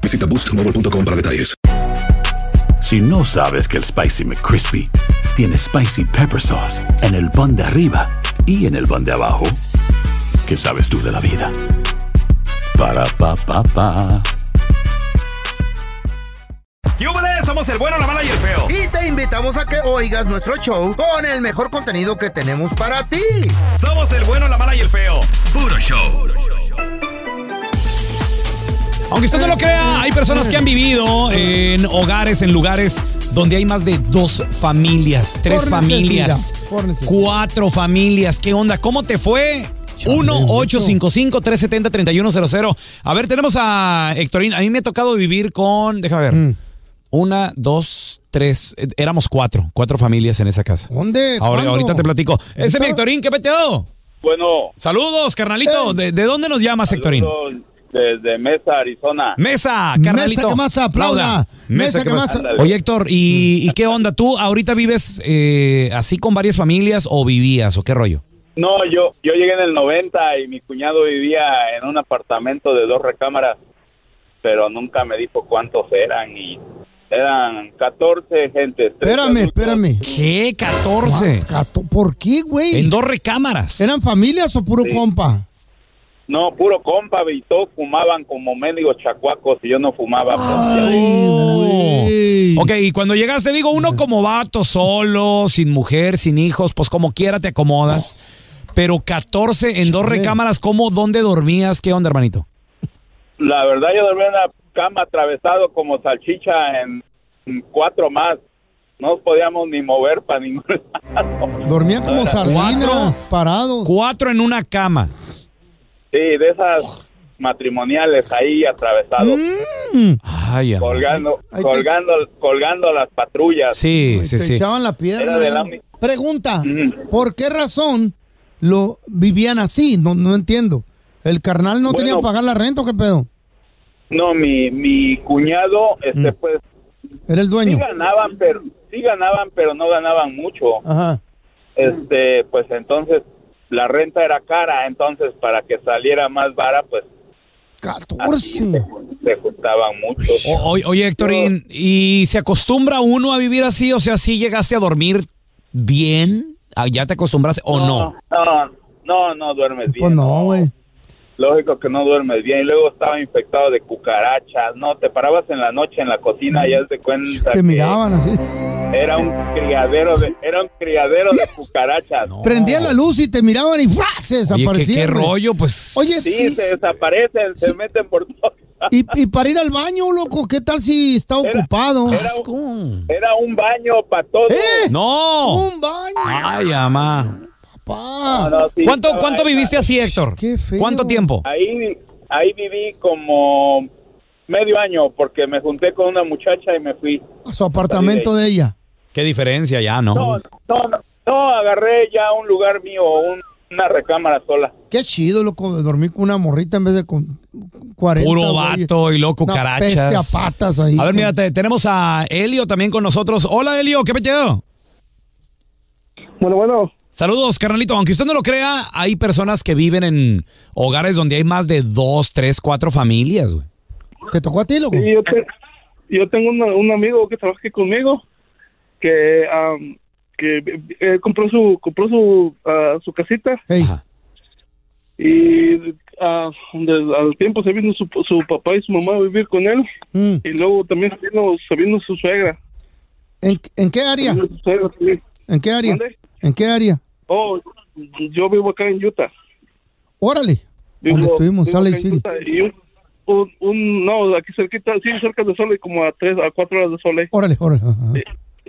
Visita boostmobile.com para detalles. Si no sabes que el Spicy McCrispy tiene Spicy Pepper Sauce en el pan de arriba y en el pan de abajo, ¿qué sabes tú de la vida? Para, pa, pa, pa. ¡Yúbales! Somos el bueno, la mala y el feo. Y te invitamos a que oigas nuestro show con el mejor contenido que tenemos para ti. Somos el bueno, la mala y el feo. Puro show. Aunque usted no lo crea, hay personas que han vivido en hogares, en lugares donde hay más de dos familias, tres Por familias, necesidad, por necesidad. cuatro familias. ¿Qué onda? ¿Cómo te fue? 1-855-370-3100. A ver, tenemos a Héctorín. A mí me ha tocado vivir con, déjame ver, Mm. una, dos, tres, eh, éramos cuatro, cuatro familias en esa casa. ¿Dónde? Ahora, ¿Cuándo? ahorita te platico. Ese es mi Héctorín, ¿qué peteo? Bueno, Saludos, Eh. carnalito. ¿De, de dónde nos llamas, Héctorín? saludos desde Mesa, Arizona. Mesa, Mesa carnalito. que más aplauda. Aplauda. Mesa que más- Ándale. Oye, Héctor, ¿y, y qué onda? ¿Tú ahorita vives eh, así con varias familias o vivías o qué rollo? No, yo, yo llegué en el 90 y mi cuñado vivía en un apartamento de dos recámaras, pero nunca me dijo cuántos eran y eran 14 gentes. tres Espérame, adultos. espérame. ¿Qué? Ah, 14. gato, ¿Por qué, güey? En dos recámaras. ¿Eran familias o puro Sí. compa? No, puro compa, y todos fumaban como mendigos chacuacos y yo no fumaba. Oh. güey. Ok, y cuando llegaste, digo, uno como vato, solo, sin mujer, sin hijos, pues como quiera te acomodas. Pero 14 en dos Chale. recámaras, ¿cómo? ¿Dónde dormías? ¿Qué onda, hermanito? La verdad, yo dormía en una cama atravesado como salchicha en, en cuatro más. No nos podíamos ni mover para ningún lado. Dormían como sardinas, Cuatro. parados. Cuatro en una cama. Sí, de esas matrimoniales ahí atravesados, Ay, amor. colgando, Ahí Mm. te- colgando, colgando las patrullas. Sí, Ay, sí, te sí. echaban la pierna. Era de la ¿eh? mi- Pregunta, Mm. ¿por qué razón lo vivían así? No, no entiendo. ¿El carnal no Bueno. tenía que pagar la renta o qué pedo? No, mi, mi cuñado, este, pues, Mm. Era el sí dueño. ganaban, pero sí ganaban, pero no ganaban mucho. Ajá. Este, pues entonces la renta era cara, entonces para que saliera más vara, pues así 14. se, jun- se juntaban muchos. O- oye, oye, Héctorín, ¿y se acostumbra uno a vivir así? O sea, ¿sí llegaste a dormir bien? Ah, ¿Ya te acostumbraste o no? No, no, no duermes bien. Pues no, güey. Lógico que no duermes bien. Y luego estaba infectado de cucarachas. No, te parabas en la noche en la cocina y haz de cuenta. Te que miraban así. Era un criadero de, era un criadero de cucarachas. Prendían la luz y te miraban y ¡fua! se Oye, desaparecían. ¿qué, qué güey. rollo? Pues Oye, Sí, sí, se desaparecen, se meten por todo. y, y para ir al baño, loco, ¿qué tal si está ocupado? era- asco. Era un baño para todos. ¡Eh! No. ¡Un baño, Ay, mamá. papá! No, sí, ¿Cuánto, estaba cuánto ahí, viviste así, Héctor? Qué feo. ¿Cuánto tiempo? Ahí, ahí viví como medio año porque me junté con una muchacha y me fui. A su apartamento de ella. Qué diferencia ya, ¿no? No, no, no, no, agarré ya un lugar mío, un- una recámara sola. Qué chido, loco, de dormir con una morrita en vez de con 40. güey. Puro vato y loco Una carachas. Peste a patas ahí. A ver, güey. mira, te- tenemos a Elio también con nosotros. Hola, Elio, ¿qué metido? Bueno, bueno, Saludos, carnalito. Aunque usted no lo crea, hay personas que viven en hogares donde hay más de dos, tres, cuatro familias, güey. ¿Te tocó a ti, loco? sí, yo, te- yo tengo una- un amigo que trabaja aquí conmigo que, am, que eh, compró su compró su, ah, su casita Ey, Ajá. y ah, del- al tiempo se vino su, su papá y su mamá a vivir con él Mm. y luego también se vino, se vino su suegra. ¿En, en qué área? Se vino su suegra también. ¿En qué área? ¿Dónde? ¿En qué área? Oh, yo vivo acá en Utah. Órale. Vivo- Donde estuvimos, vivo Salt Lake acá en City. Utah, y un, un- un- no, aquí cerquita, sí, cerca de Salt Lake, como a tres, a cuatro horas de Salt Lake. Órale, órale. ajá.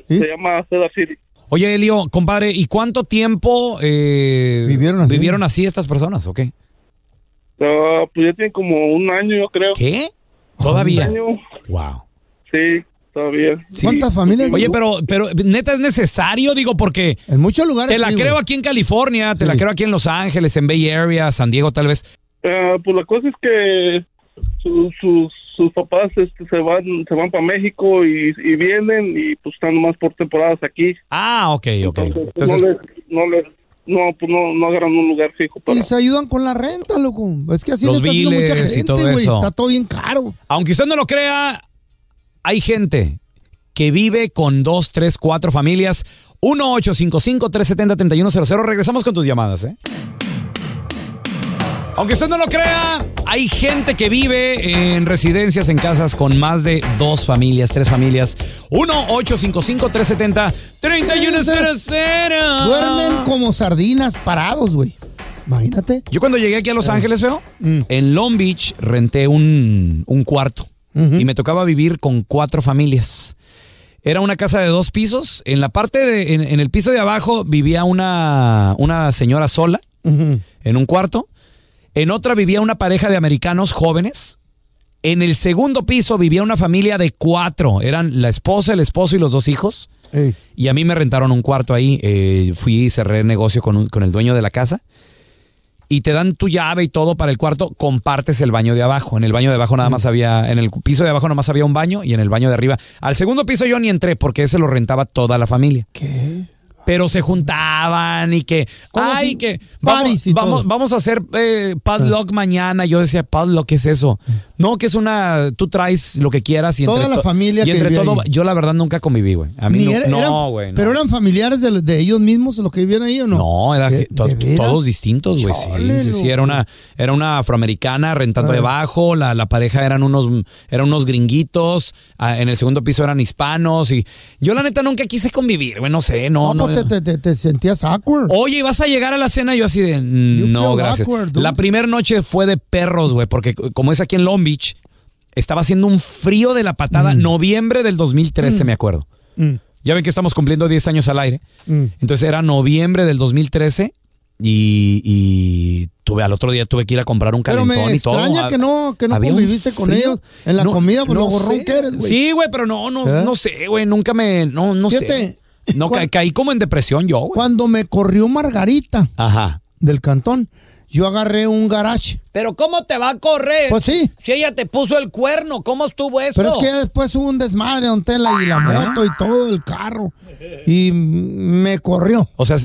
Se llama Cedar City. Oye, Elio, compadre, ¿y cuánto tiempo eh, Vivieron así. estas personas o qué? Ah, pues ya tiene como un año, yo creo. ¿Qué? Un Todavía. año, Wow. sí, todavía. Sí. ¿Cuántas familias? Oye, pero, pero neta es necesario, digo, porque En muchos lugares. te la sí, creo güey. aquí en California, te la Sí. creo aquí en Los Ángeles, en Bay Area, San Diego tal vez. Ah, pues la cosa es que su- sus sus papás este, se van se van para México y, y vienen y pues están más por temporadas aquí. Ah, ok, ok. Entonces, Entonces, no les, no les, no, pues no, no agarran un lugar fijo para... Y se ayudan con la renta, loco. Es que así Los le está haciendo mucha biles y gente, todo güey. eso. Está todo bien caro. aunque usted no lo crea, hay gente que vive con dos, tres, cuatro familias. 1-855-370-3100. Regresamos con tus llamadas, ¿eh? Aunque usted no lo crea, hay gente que vive en residencias, en casas con más de dos familias, tres familias. 1-855-370-3100. Duermen como sardinas parados, güey. Imagínate. Yo cuando llegué aquí a Los Ángeles, veo, en Long Beach renté un, un cuarto y me tocaba vivir con cuatro familias. Era una casa de dos pisos. En la parte de, en, en el piso de abajo vivía una, una señora sola en un cuarto. En otra vivía una pareja de americanos jóvenes. En el segundo piso vivía una familia de cuatro. Eran la esposa, el esposo y los dos hijos. Ey. Y a mí me rentaron un cuarto ahí. eh, fui y cerré negocio con, un- con el dueño de la casa. Y te dan tu llave y todo para el cuarto. Compartes el baño de abajo. En el baño de abajo nada más había, en el piso de abajo nada más había un baño y en el baño de arriba. Al segundo piso yo ni entré porque ese lo rentaba toda la familia. ¿Qué? Pero se juntaban y que, ¿Cómo ay, si- que parties vamos, y vamos, todo? Ah. vamos a hacer eh, padlock mañana. Yo decía, padlock, ¿qué es eso? No, que es una, tú traes lo que quieras y Mm. Toda entre la to- familia Y que entre vivía todo, ahí. yo la verdad nunca conviví, güey. A mí Ni no, era- no, eran- güey. no. Pero eran familiares de, los- de ellos mismos los que vivían ahí o no? No, era ¿De- que to- de veras? todos distintos, güey. sí, Chale, sí, sí, loco. era una, era una afroamericana rentando Ah. debajo, la, la pareja eran unos, eran unos gringuitos, ah, en el segundo piso eran hispanos y yo la neta nunca quise convivir, güey, no sé, No, no, no. pues te, te- te- te sentías awkward. Oye, ¿vas a llegar a la cena? Yo así de, You "Mm, no, feel gracias. awkward, dude. la primera noche fue de perros, güey, porque c- como es aquí en Long Beach, estaba haciendo un frío de la patada, noviembre del 2013, me acuerdo. Mm, Ya ven que estamos cumpliendo 10 años al aire. mm. Entonces era noviembre del 2013 y, y tuve al otro día tuve que ir a comprar un Pero calentón me y todo. extraña Ha- que no, que no había un conviviste con frío. ellos en la No, comida, por no lo gorrón sé. que eres, güey. Sí, güey, pero no, no, ¿Eh? no sé, güey, nunca me, no, no Fíjate, sé. No, ca- cuan- caí como en depresión yo, güey. Cuando me corrió Margarita Ajá. del cantón, yo agarré un garage. Pero ¿cómo te va a correr? Pues sí, si ella te puso el cuerno, ¿cómo estuvo eso? pero es que después hubo un desmadre, don Tela, y la moto y todo, el carro. Y me corrió. O sea,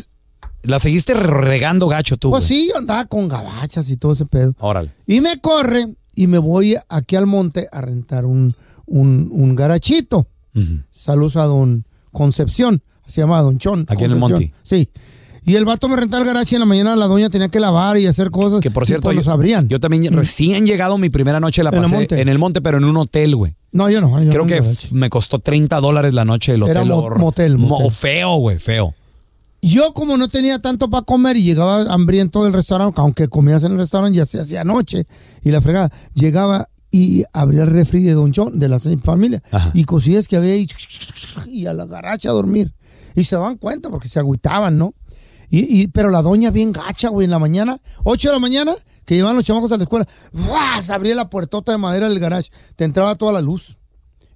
la seguiste regando gacho tú. Pues güey. sí, yo andaba con gabachas y todo ese pedo. Órale. Y me corre y me voy aquí al monte a rentar un, un, un garachito. Ujú. Saludos a don Concepción, se llama Don Chon. Aquí en el Concepción, monte. Sí. Y el vato me rentaba el garache y en la mañana la doña tenía que lavar y hacer cosas. Que por y cierto, pues yo, lo sabrían. yo también recién llegado mi primera noche la En el pasé monte. en el monte, pero en un hotel, güey. no, yo no. yo Creo no que en garache. me costó 30 dólares la noche el hotel. Era mo- horror- motel, mo- motel. Feo, güey, feo. Yo, como no tenía tanto para comer y llegaba hambriento del restaurante, aunque comías en el restaurante, ya se hacía noche y la fregada, llegaba y abría el refri de Don John, de la se- familia, Ajá. y cosillas que había ahí, y a la garacha a dormir. Y se daban cuenta porque se agüitaban, ¿no? Y, y- pero la doña bien gacha, güey, en la mañana, 8 de la mañana, que llevaban los chamacos a la escuela, ¡buah! se abría la puertota de madera del garage, te entraba toda la luz.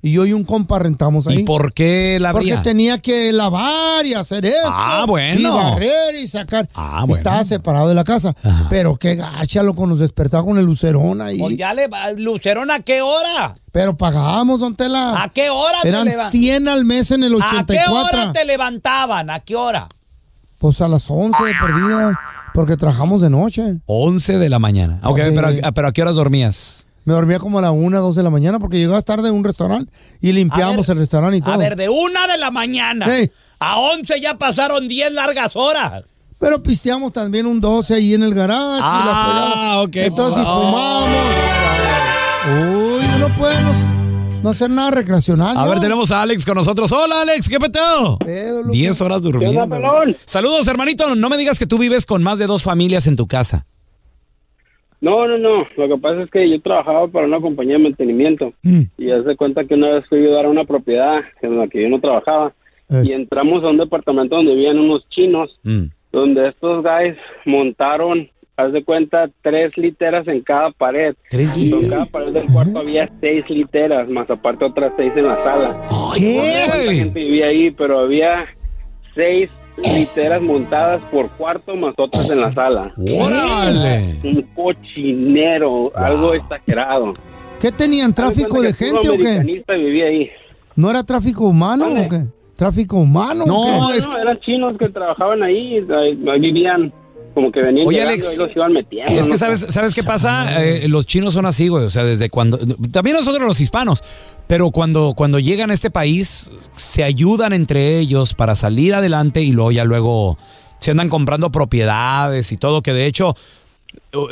Y yo y un compa rentamos ahí. ¿Y por qué la Porque abría? tenía que lavar y hacer esto. Ah, bueno. Y barrer y sacar. Ah, bueno. Estaba separado de la casa. Ajá. Pero qué gacha, loco, nos despertaba con el lucerón ahí. Pues le va, Lucerón, ¿a qué hora? Pero pagábamos, don Tela. qué hora Eran leva- 100 al mes en el 84. levantaban? ¿A qué hora? Pues a las 11 de perdida, porque trabajamos de noche. 11 de la mañana. Ok, Oye. pero, a- pero ¿a qué horas dormías? Me dormía como a la 1, 2 de la mañana, porque llegabas tarde a un restaurante y limpiábamos ver, el restaurante y todo. de una de la mañana Ey. a 11 ya pasaron 10 largas horas. Pero pisteamos también un 12 ahí en el garage. Ah, ok. Entonces Oh. fumamos. Uy, no podemos no hacer nada recreacional. A ¿no? ver, tenemos a Alex con nosotros. Hola, Alex, ¿qué peteo? Diez horas durmiendo. Saludos, hermanito. No me digas que tú vives con más de dos familias en tu casa. No, no, no. Lo que pasa es que yo trabajaba para una compañía de mantenimiento y hace cuenta que una vez fui a ayudar a una propiedad en la que yo no trabajaba Eh. y entramos a un departamento donde vivían unos chinos Mm. donde estos guys montaron, haz de cuenta, tres literas en cada pared. ¿Tres y en cada pared del cuarto había seis literas, más aparte otras seis en la sala. La gente vivía ahí, pero había seis literas montadas por cuarto más otras en la sala. ¡Órale! Un cochinero, algo exagerado. ¿Qué tenían? ¿Tráfico de gente Un o qué? americanista vivía ahí. ¿No era tráfico humano o qué? ¿Tráfico humano o qué? no, eran chinos que trabajaban ahí, ahí- ahí vivían, como que venían Oye, llegando, Alex, ahí los iban metiendo. Es ¿no? que sabes, ¿sabes qué pasa? Eh, los chinos son así, güey. O sea, desde cuando. También nosotros los hispanos. Pero cuando, cuando llegan a este país, se ayudan entre ellos para salir adelante y luego ya luego se andan comprando propiedades y todo. Que de hecho,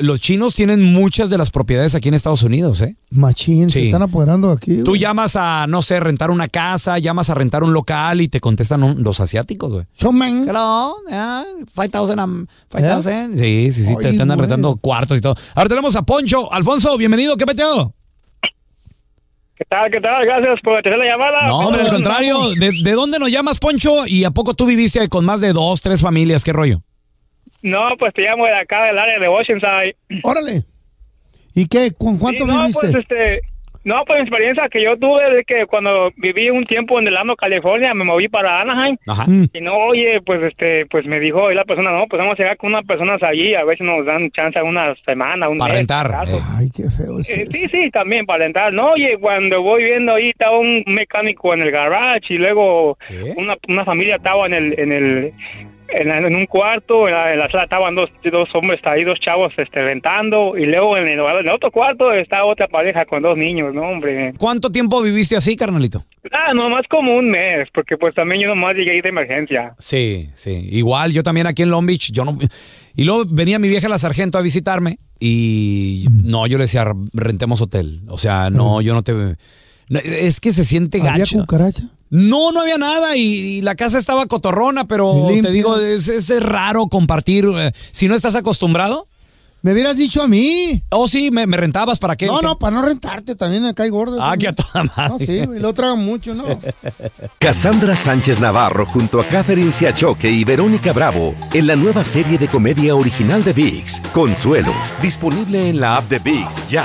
los chinos tienen muchas de las propiedades aquí en Estados Unidos, ¿eh? Machín, se Sí. están apoderando aquí. güey. Tú llamas a, no sé, rentar una casa, llamas a rentar un local y te contestan un- los asiáticos, güey. Chomen. Hello, yeah, 5,000, um, ¿Eh? 5,000. Sí, sí, sí, te, Ay, te andan güey. retando cuartos y todo. Ahora tenemos a Poncho. Alfonso, bienvenido, ¿qué peteo? ¿Qué tal? ¿Qué tal? Gracias por atender la llamada. No, hombre, al Perdón. contrario. ¿De, de dónde nos llamas, Poncho? ¿Y a poco tú viviste con más de dos, tres familias? ¿Qué rollo? No, pues te llamo de acá del área de Oceanside. Órale. ¿Y qué? ¿Con cuánto Sí, no, viviste? Pues, este, no, pues mi experiencia que yo tuve es que cuando viví un tiempo en Delano, California, me moví para Anaheim. Ajá. Mm. Y no, oye, pues este, pues me dijo ahí la persona, no, pues vamos a llegar con unas personas allí, a ver si nos dan chance una semana, un Para mes, rentar, acaso". eh. Ay, qué feo es Eh, sí, sí, también para entrar. No, oye, cuando voy viendo ahí estaba un mecánico en el garage y luego una, una familia estaba en el en el en, en un cuarto, en la, en la sala estaban dos, dos hombres ahí, dos chavos este, rentando y luego en el, en el otro cuarto estaba otra pareja con dos niños, no hombre. ¿Cuánto tiempo viviste así, carnalito? Ah, nomás como un mes, porque pues también yo nomás llegué ahí de emergencia. Sí, sí. Igual, yo también aquí en Long Beach, yo no. Y luego venía mi vieja la sargento a visitarme y no, yo le decía, rentemos hotel. O sea, no, yo no te. no, es que se siente ¿Había gacho. cucaracha? No, no había nada y, y la casa estaba cotorrona, pero Y limpia. te digo, es, es- es raro compartir. eh, si no estás acostumbrado, Me hubieras dicho a mí. oh sí, me, me rentabas para qué. No, ¿Qué? no, para no rentarte también acá hay gordos. Ah, que a toda madre. No, sí, güey, lo tragan mucho, ¿no? Cassandra Sánchez Navarro junto a Catherine Siachoque y Verónica Bravo en la nueva serie de comedia original de VIX, Consuelo, disponible en la app de VIX ya.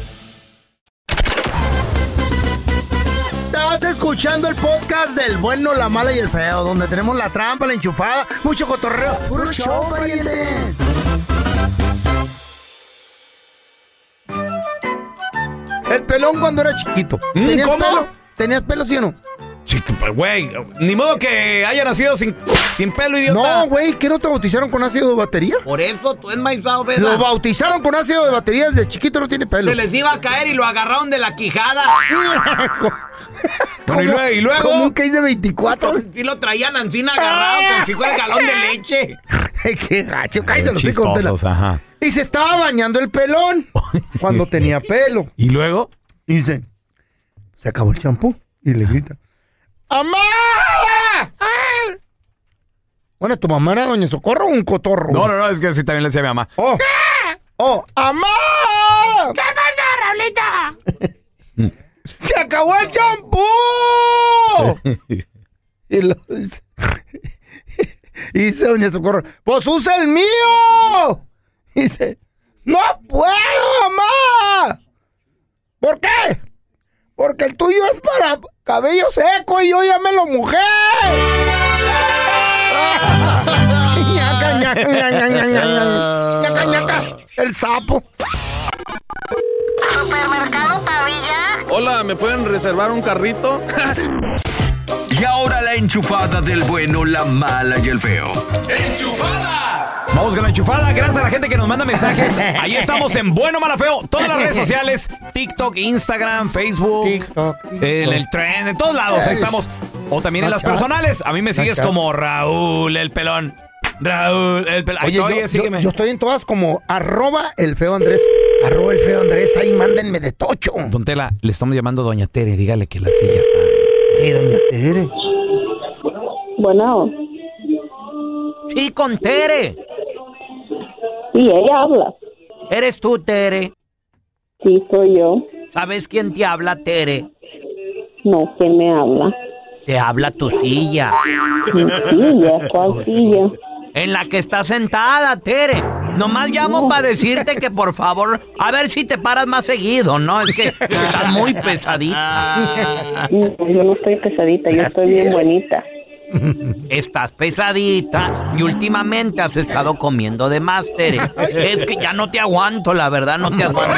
Estás escuchando el podcast del bueno, la mala y el feo, donde tenemos la trampa, la enchufada, mucho cotorreo. ¡Puro show, pariente! El pelón cuando era chiquito. Mm, ¿Tenías ¿cómo? pelo? ¿Tenías pelo, sí o no? Sí, pues, güey, ni modo que haya nacido sin, sin pelo, No, güey, ¿qué no te bautizaron con ácido de batería? Por eso tú es maizado, Lo ¿verdad? bautizaron con ácido de batería desde chiquito no tiene pelo. Se les iba a caer y lo agarraron de la quijada. Como- Como un case de 24. Y lo traían encima agarrado como si fuera el galón de leche. Qué gacho, cállate los hijos de la- Chistosos, ajá. Y se estaba bañando el pelón cuando tenía pelo. ¿Y luego? Dice, se acabó el champú. Y le grita, ¡Amá! Bueno, ¿tu mamá era doña Socorro o un cotorro? No, no, no, es que sí también le decía a mi mamá. Oh. ¡Oh! ¡Amá! ¿Qué pasa, Raulita? ¡Se acabó el champú! y lo dice. y dice doña Socorro, ¡pues usa el mío! Y dice, ¡no puedo, mamá! ¿Por qué? Porque el tuyo es para cabello seco y yo ya me lo mojé. Ñaca, ñaca, ñaca, ñaca, ñaca. Ñaca, ñaca, el sapo. Supermercado Pavilla. Hola, ¿me pueden reservar un carrito? Y ahora la enchufada del bueno, la mala y el feo. Vamos con la enchufada. Gracias a la gente que nos manda mensajes. Ahí estamos en Bueno, Mala, Feo. Todas las redes sociales. TikTok, Instagram, Facebook. En el tren, en todos lados. Ahí estamos. O también en las Snapchat. personales. A mí me sigues Snapchat. como Raúl el Pelón. Raúl el Pelón. Ahí Oye, todavía yo, sígueme. yo- yo estoy en todas como arroba el feo Andrés. Arroba el feo Andrés. Ahí mándenme de tocho. Don Tela, le estamos llamando Doña Tere. Dígale que la silla está. doña Tere. Bueno, Sí, con Tere. sí, ella habla. ¿Eres tú, Tere? Sí, soy yo. ¿Sabes quién te habla, Tere? No, ¿quién me habla? Te habla tu silla. Mi silla, ¿cuál silla? En la que estás sentada, Tere. Nomás llamo para decirte que por favor, a ver si te paras más seguido, ¿no? Es que estás muy pesadita. No, yo no estoy pesadita, yo estoy bien bonita. Estás pesadita y últimamente has estado comiendo de más, Tere. Es que ya no te aguanto, la verdad, no te aguanto.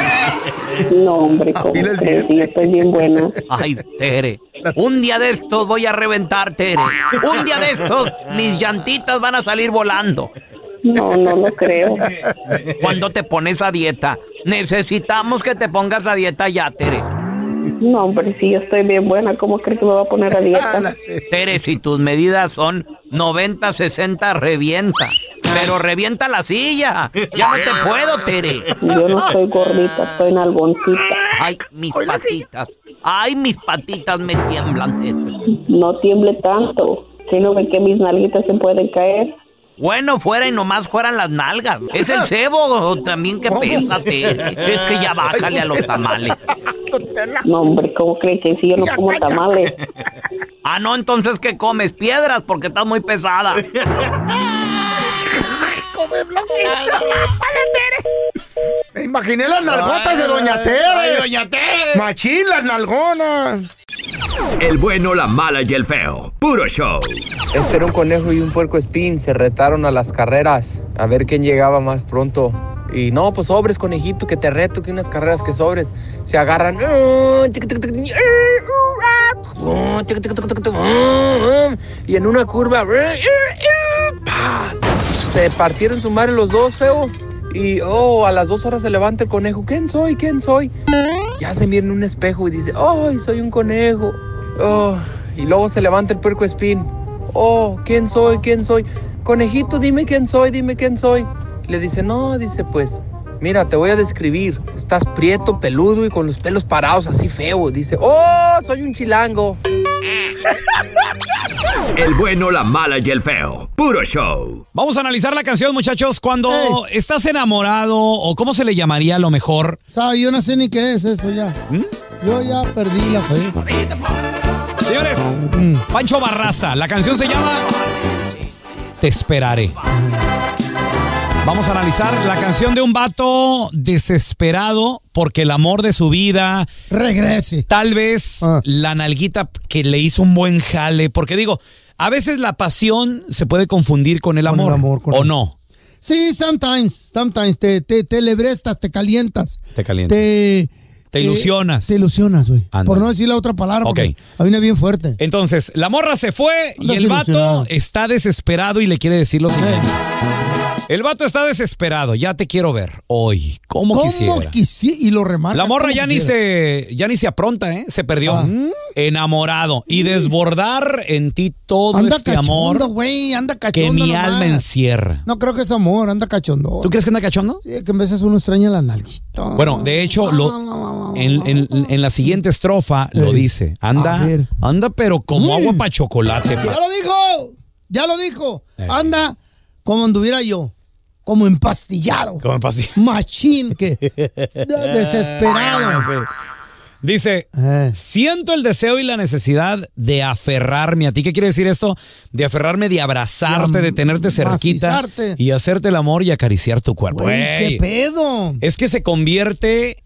No, hombre, ¿cómo crees? Sí, yo estoy bien buena. Ay, Tere. Un día de estos voy a reventar, Tere. Un día de estos mis llantitas van a salir volando. No, no lo creo. Cuando te pones a dieta, necesitamos que te pongas a dieta ya, Tere. No, hombre, sí, yo estoy bien buena. ¿Cómo crees que me va a poner a dieta? Tere, si tus medidas son 90, 60, revienta. Pero revienta la silla. Ya no te puedo, Tere. Yo no estoy gordita, estoy nalgoncita. Ay, mis patitas. Ay, mis patitas me tiemblan, Tere. No tiemble tanto. Si no ve que mis nalguitas se pueden caer. Bueno, fuera y nomás fueran las nalgas. Es el cebo también que pesa, Tere. Es que ya bájale a los tamales. No, hombre, ¿cómo crees que si yo no como tamales? Ah, no, entonces que comes piedras porque estás muy pesada. Come bloqueado. ¡Párate! Me imaginé las nalgotas de doña Tere. Ay, doña Tere. Machín, las nalgonas. El bueno, la mala y el feo. Puro show. Este era un conejo y un puerco espín, se retaron a las carreras, a ver quién llegaba más pronto. Y no, pues sobres, conejito, que te reto, que unas carreras que sobres. Se agarran. "Ah, tic, tic, tic, tic, ah, ah, ah, tic, tic, tic, tic, tic, ah, ah", Y en una curva. "Ah, ah, ah", ¡paz! Se partieron su madre los dos, feo. Y oh, a las dos horas se levanta el conejo. ¿Quién soy? ¿Quién soy? Ya se mira en un espejo y dice, ¡ay, soy un conejo! Oh, y luego se levanta el puerco espín. Oh, ¿quién soy? ¿Quién soy? Conejito, dime quién soy, dime quién soy. Le dice, no, dice, pues, mira, te voy a describir. Estás prieto, peludo y con los pelos parados, así feo. Dice, oh, soy un chilango. El bueno, la mala y el feo. Puro show. Vamos a analizar la canción, muchachos. Cuando estás enamorado, o cómo se le llamaría a lo mejor. ¿Sabes? Yo no sé ni qué es eso ya. ¿Mm? Yo ya perdí la fe. Señores, Pancho Barraza. La canción se llama Te esperaré. Vamos a analizar la canción de un vato desesperado porque el amor de su vida regrese. Tal vez la nalguita que le hizo un buen jale, porque digo, a veces la pasión se puede confundir con el amor, o no. Sí, sometimes, sometimes. Te, te, te lebrestas, te calientas. Te calienta. Te, Te ilusionas. Te ilusionas, güey. Ándale. Por no decir la otra palabra. Ok. porque Hay una bien fuerte. Entonces, la morra se fue y Andas el vato ilusionado. está desesperado y le quiere decir lo siguiente. El vato está desesperado, ya te quiero ver hoy. ¿Cómo, quisiera? quisi- Y lo remata. La morra como ya ni Ah, quisiera. Ah. se ya ni se apronta, ¿eh? Se perdió. Enamorado y desbordar en ti todo Anda este cachondo, amor güey. Anda que cachondo. mi nomás. alma encierra. No creo que es amor, anda cachondo. ¿Tú crees que anda cachondo? Sí, que a veces uno extraña la nalguita. Bueno, de hecho, lo, en, en- en la siguiente estrofa lo dice. Anda, anda, pero como agua para chocolate. pa. ¡Ya lo dijo! ya lo dijo. Eh. Anda como anduviera yo. Como empastillado. Como empastillado. Machín, que desesperado. Eh. Dice, siento el deseo y la necesidad de aferrarme a ti. ¿Qué quiere decir esto? De aferrarme, de abrazarte, de tenerte cerquita macizarte. y hacerte el amor y acariciar tu cuerpo. Güey, Ey, ¿Qué pedo? es que se convierte,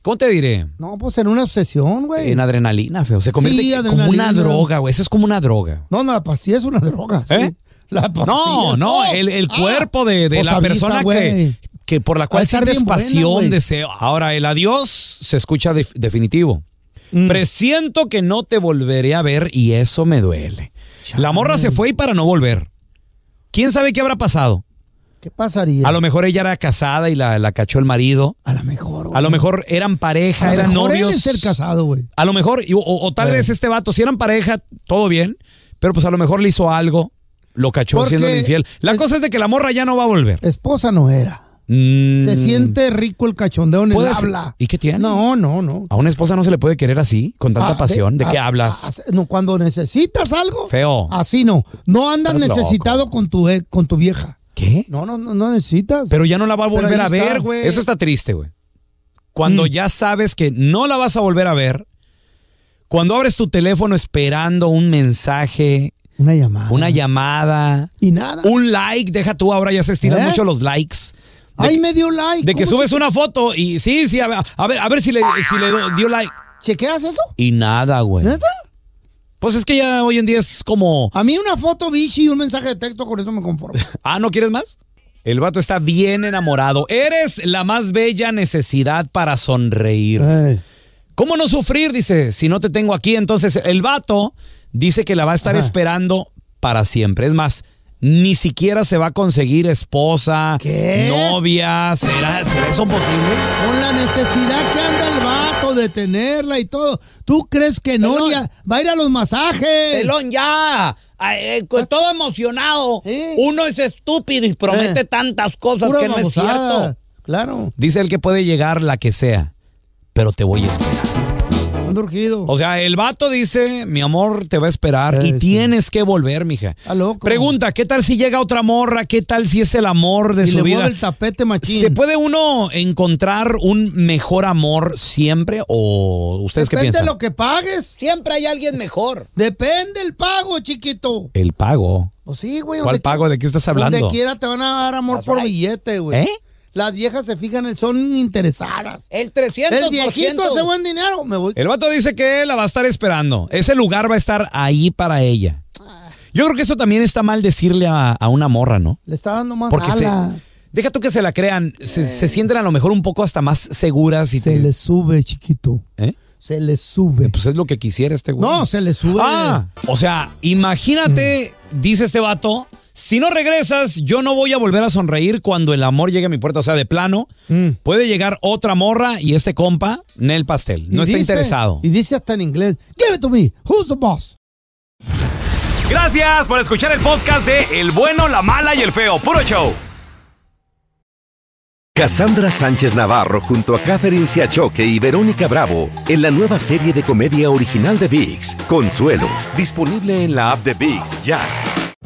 ¿cómo te diré? No, pues en una obsesión, güey. En adrenalina, feo. Se convierte Sí, como una adrenalina. droga, güey. Eso es como una droga. No, no, la pastilla es una droga. sí. ¿Eh? La pastilla No, es- no, ¡Oh! el, el Ah, cuerpo de, de pues la avisa, persona que, güey. que por la Va cual a estar sientes bien buena, pasión, güey. deseo. Ahora, el adiós se escucha def- definitivo. Mm. Presiento que no te volveré a ver y eso me duele. La morra se fue y para no volver. ¿Quién sabe qué habrá pasado? ¿Qué pasaría? A lo mejor ella era casada y la, la cachó el marido. A lo mejor. A lo mejor eran pareja, A lo eran mejor él es novios. el casado, güey. A lo mejor, y- o, o- o tal Eh. vez este vato, si eran pareja, todo bien, pero pues a lo mejor le hizo algo, lo cachó Porque siendo infiel. La cosa es de que la morra ya no va a volver. Mm. Esposa no era. Se siente rico el cachondeo en el Puede ser. habla. ¿Y qué tiene? No, no, no. A una esposa no se le puede querer así, con tanta Ah, pasión. ¿De ah, qué ah, hablas? No, cuando necesitas algo, Feo. así no. No andas Estás necesitado con tu ex- con tu vieja. ¿Qué? No, no, no, no necesitas. Pero ya no la va a Pero ahí volver a está, Mm. ver, güey. Eso está triste, güey. Cuando ya sabes que no la vas a volver a ver, cuando abres tu teléfono esperando un mensaje, Una llamada. una llamada, Y nada. un like, deja tú ahora, ya se estiran ¿Eh? mucho los likes. De Ay, que- me dio like. De que ¿Cómo subes cheque- una foto y sí, sí, a ver, a ver, a ver si le, si le do- dio like. ¿Chequeas eso? Y nada, güey. ¿Neta? Pues es que ya hoy en día es como, A mí una foto, bichi, y un mensaje de texto, con eso me conformo. ah, ¿no quieres más? El vato está bien enamorado. Eres la más bella necesidad para sonreír. ¿Cómo no sufrir? Dice, si no te tengo aquí. Entonces, el vato dice que la va a estar esperando para siempre. Es más, ni siquiera se va a conseguir esposa, novia. ¿Será, Ah, será eso posible? Con la necesidad que anda el vato de tenerla y todo. ¿Tú crees que no? Ya- va a ir a los masajes. Pelón, ya. eh, todo emocionado. Uno es estúpido y promete tantas cosas Eh. Pura que no es babosada. cierto. Claro. Dice el que puede llegar la que sea, pero te voy a esperar. Un urgido. O sea, el vato dice, mi amor, te va a esperar y tienes que volver, mija. Está loco. Pregunta, ¿qué tal si llega otra morra? ¿Qué tal si es el amor de y su le vida? mueve el tapete machín. ¿Se puede uno encontrar un mejor amor siempre o ustedes qué Depende de piensan? lo que pagues. Siempre hay alguien mejor. Depende el pago, chiquito. El pago. Pues sí, güey. ¿Cuál donde pago? ¿De qué estás hablando? Donde quiera te van a dar amor por billete, güey. ¿Eh? Las viejas se fijan, en- son interesadas. Eh. El El viejito hace buen dinero. Me voy. El vato dice que la va a estar esperando. Ese lugar va a estar ahí para ella. Yo creo que eso también está mal decirle a, a una morra, ¿no? Le está dando más Porque se, ala. deja tú que se la crean, se, se sienten a lo mejor un poco hasta más seguras y Se, te- le sube, chiquito. ¿Eh? Se le sube. Pues es lo que quisiera este güey. No, se le sube. Ah, o sea, imagínate, dice este vato, si no regresas, yo no voy a volver a sonreír cuando el amor llegue a mi puerta. O sea, de plano, Mm. puede llegar otra morra y este compa, Nel Pastel, Y no está dice- interesado. Y dice hasta en inglés, give it to me, who's the boss? Gracias por escuchar el podcast de El bueno, la mala y el feo. Puro show. Cassandra Sánchez Navarro junto a Catherine Siachoque y Verónica Bravo en la nueva serie de comedia original de VIX, Consuelo, disponible en la app de VIX ya.